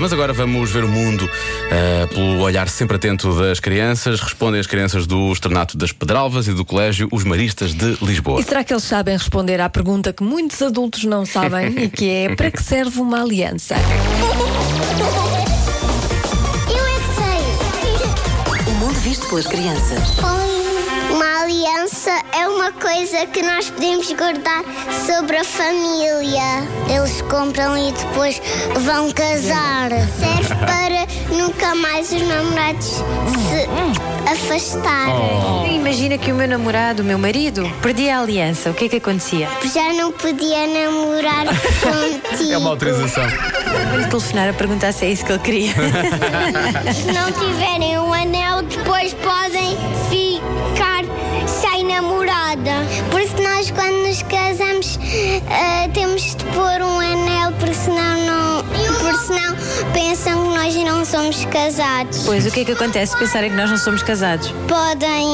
Mas agora vamos ver o mundo eh, pelo olhar sempre atento das crianças. Respondem as crianças do Externato das Pedralvas e do Colégio Os Maristas de Lisboa. E será que eles sabem responder à pergunta que muitos adultos não sabem e que é para que serve uma aliança? Eu é que O mundo visto pelas crianças. sei. Uma aliança é uma coisa que nós podemos guardar sobre a família. Eles compram e depois vão casar. Serve para nunca mais os namorados se Oh, é afastarem. Imagina que o meu namorado, o meu marido, perdia a aliança. O que é que acontecia? Já não podia namorar contigo. É uma autorização. Vou-lhe telefonar a perguntar se é isso que ele queria. Se não tiverem um anel, depois podem ficar sem namorada. Por isso nós quando nos casamos ah, temos de pôr um anel, porque senão não. Porque senão pensam que nós não somos casados. Pois, o que é que acontece se pensarem que nós não somos casados? Podem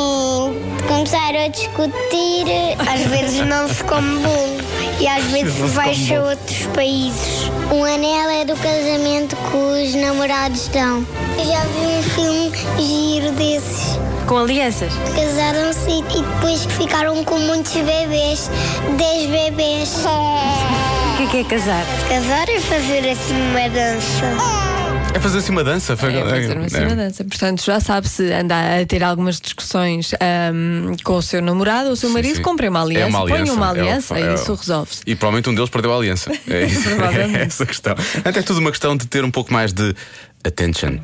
começar a discutir. Às vezes não se come bom. E às vezes vais a outros países. O anel é do casamento que os namorados dão. Eu já vi um filme giro desses. Com alianças? Casaram-se e depois ficaram com muitos bebês. Dez bebês. O que é que é casar? Casar é fazer assim uma dança. É fazer assim uma dança? Foi- É fazer uma cena dança. Portanto, já sabe se anda a ter algumas discussões ahm, com o seu namorado ou o seu marido, sim. compre uma aliança, É uma ponha uma aliança, é o- aliança é o- e isso resolve-se. E provavelmente um deles perdeu a aliança. É, isso, é Provavelmente. essa a questão. Até é tudo uma questão de ter um pouco mais de attention.